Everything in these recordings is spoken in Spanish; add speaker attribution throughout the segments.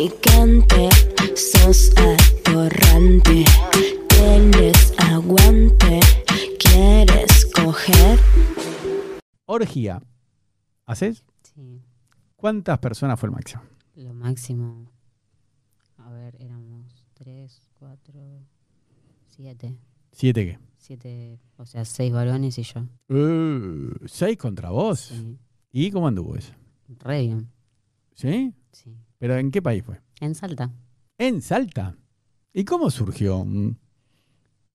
Speaker 1: atorrante, sos atorrante. Tienes aguante, quieres coger.
Speaker 2: Orgía. ¿Haces?
Speaker 3: Sí,
Speaker 2: ¿Cuántas personas fue el máximo?
Speaker 3: lo máximo. A ver, éramos tres, cuatro, siete.
Speaker 2: ¿Siete qué?
Speaker 3: Siete, o sea, seis varones y yo.
Speaker 2: Eh, ¿Seis contra vos?
Speaker 3: Sí,
Speaker 2: ¿Y cómo anduvo eso?
Speaker 3: re bien,
Speaker 2: ¿Sí?
Speaker 3: sí.
Speaker 2: ¿Pero en qué país fue?
Speaker 3: En Salta.
Speaker 2: En Salta. ¿Y cómo surgió un-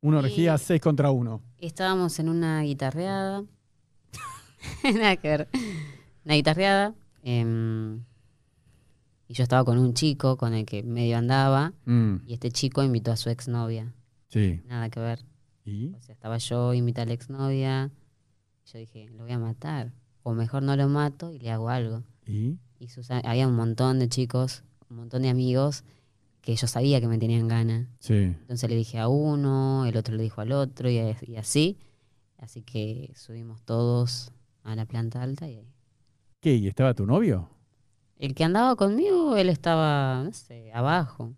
Speaker 2: una orgía
Speaker 3: Y-
Speaker 2: 6 contra 1?
Speaker 3: Estábamos en una guitarreada. Nada que ver. Una guitarreada. em, y yo estaba con un chico con el que medio andaba. Y este chico invitó a su exnovia.
Speaker 2: sí.
Speaker 3: Nada que ver.
Speaker 2: ¿Y?
Speaker 3: O sea, estaba yo, invité a la exnovia. Yo dije, lo voy a matar. O mejor no lo mato y le hago algo.
Speaker 2: ¿Y?
Speaker 3: Y sus a- había un montón de chicos, un montón de amigos que yo sabía que me tenían ganas.
Speaker 2: Sí.
Speaker 3: Entonces le dije a uno, el otro le dijo al otro y, a- y así. Así que subimos todos a la planta alta y
Speaker 2: ¿Qué? ¿Y estaba tu novio?
Speaker 3: el que andaba conmigo, él estaba, no sé, abajo.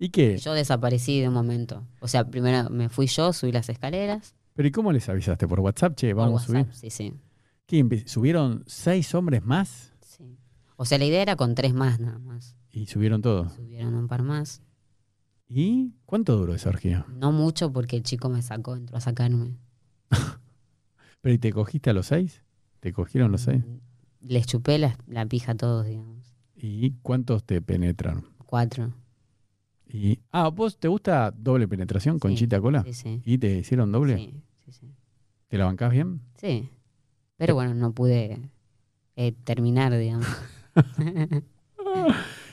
Speaker 2: ¿Y
Speaker 3: Y
Speaker 2: qué?
Speaker 3: Yo desaparecí de un momento. O sea, primero me fui yo, subí las escaleras.
Speaker 2: ¿Pero y cómo les avisaste? ¿Por WhatsApp? Che,
Speaker 3: por
Speaker 2: vamos a subir.
Speaker 3: WhatsApp, Sí, sí,
Speaker 2: ¿Qué? empe- ¿Subieron seis hombres más?
Speaker 3: sí. O sea, la idea era con tres más nada más.
Speaker 2: Y subieron todos.
Speaker 3: Subieron un par más.
Speaker 2: ¿Y cuánto duró esa orgía?
Speaker 3: No mucho porque el chico me sacó, entró a sacarme.
Speaker 2: ¿Pero y te cogiste a los seis? ¿Te cogieron los seis?
Speaker 3: Les Mm, chupé la, la pija a todos, digamos.
Speaker 2: ¿Y cuántos te penetraron?
Speaker 3: Cuatro.
Speaker 2: ¿Y... Ah, ¿vos te gusta doble penetración, conchita cola?
Speaker 3: Sí, sí.
Speaker 2: ¿Y te hicieron doble?
Speaker 3: Sí, sí, sí.
Speaker 2: ¿Te la bancás bien?
Speaker 3: Sí. Pero bueno, no pude eh, terminar, digamos.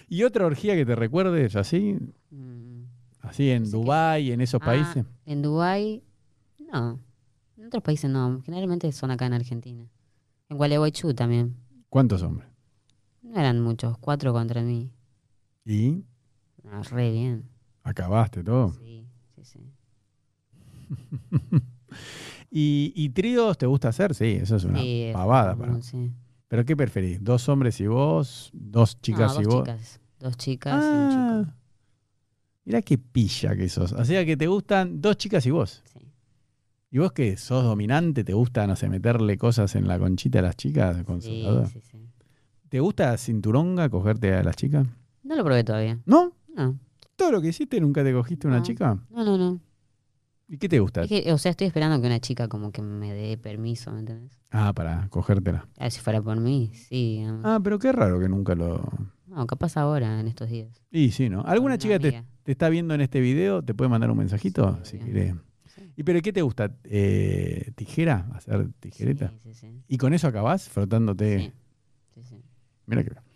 Speaker 2: ¿Y otra orgía que te recuerdes así?
Speaker 3: Mm.
Speaker 2: Así en
Speaker 3: Así que-
Speaker 2: Dubái, en esos
Speaker 3: Ah,
Speaker 2: países.
Speaker 3: En Dubái, no. En otros países no. Generalmente son acá en Argentina. En Gualeguaychú también.
Speaker 2: ¿Cuántos hombres?
Speaker 3: No eran muchos, cuatro contra mí.
Speaker 2: Y
Speaker 3: No, re bien.
Speaker 2: acabaste todo.
Speaker 3: Sí, sí, sí.
Speaker 2: ¿Y, y tríos te gusta hacer? Sí, eso es una
Speaker 3: Sí, es
Speaker 2: pavada.
Speaker 3: común,
Speaker 2: para-
Speaker 3: sí.
Speaker 2: ¿Pero qué preferís? ¿Dos hombres y vos? ¿Dos chicas
Speaker 3: No,
Speaker 2: y
Speaker 3: dos
Speaker 2: vos?
Speaker 3: chicas. Dos chicas y un
Speaker 2: Ah,
Speaker 3: chico.
Speaker 2: mirá qué pilla que sos. O sea que te gustan dos chicas y vos.
Speaker 3: Sí.
Speaker 2: ¿Y vos que sos dominante? ¿Te gusta, no sé, meterle cosas en la conchita a las chicas?
Speaker 3: Sí,
Speaker 2: conservadora?
Speaker 3: sí, sí.
Speaker 2: ¿Te gusta cinturonga cogerte a las chicas?
Speaker 3: No lo probé todavía.
Speaker 2: ¿No?
Speaker 3: No,
Speaker 2: ¿Todo lo que hiciste nunca te cogiste a una
Speaker 3: No.
Speaker 2: chica?
Speaker 3: no, no. no.
Speaker 2: Eh. ¿Y qué te gusta?
Speaker 3: Es que, o sea, estoy esperando que una chica como que me dé permiso, ¿me entendés?
Speaker 2: Ah, para cogértela.
Speaker 3: Ah, si fuera por mí, sí. digamos.
Speaker 2: Ah, pero qué raro que nunca lo.
Speaker 3: No, capaz ahora, en estos días.
Speaker 2: Y sí, ¿no? ¿Alguna
Speaker 3: Con una
Speaker 2: chica te,
Speaker 3: amiga.
Speaker 2: te está viendo en este video? ¿Te puede mandar un mensajito?
Speaker 3: Sí,
Speaker 2: si
Speaker 3: obvio.
Speaker 2: quiere.
Speaker 3: Sí.
Speaker 2: ¿Y pero qué te gusta? Eh, ¿Tijera? ¿Hacer tijereta?
Speaker 3: Sí, sí, sí.
Speaker 2: ¿Y con eso acabás frotándote?
Speaker 3: Sí, sí, sí.
Speaker 2: Mira que.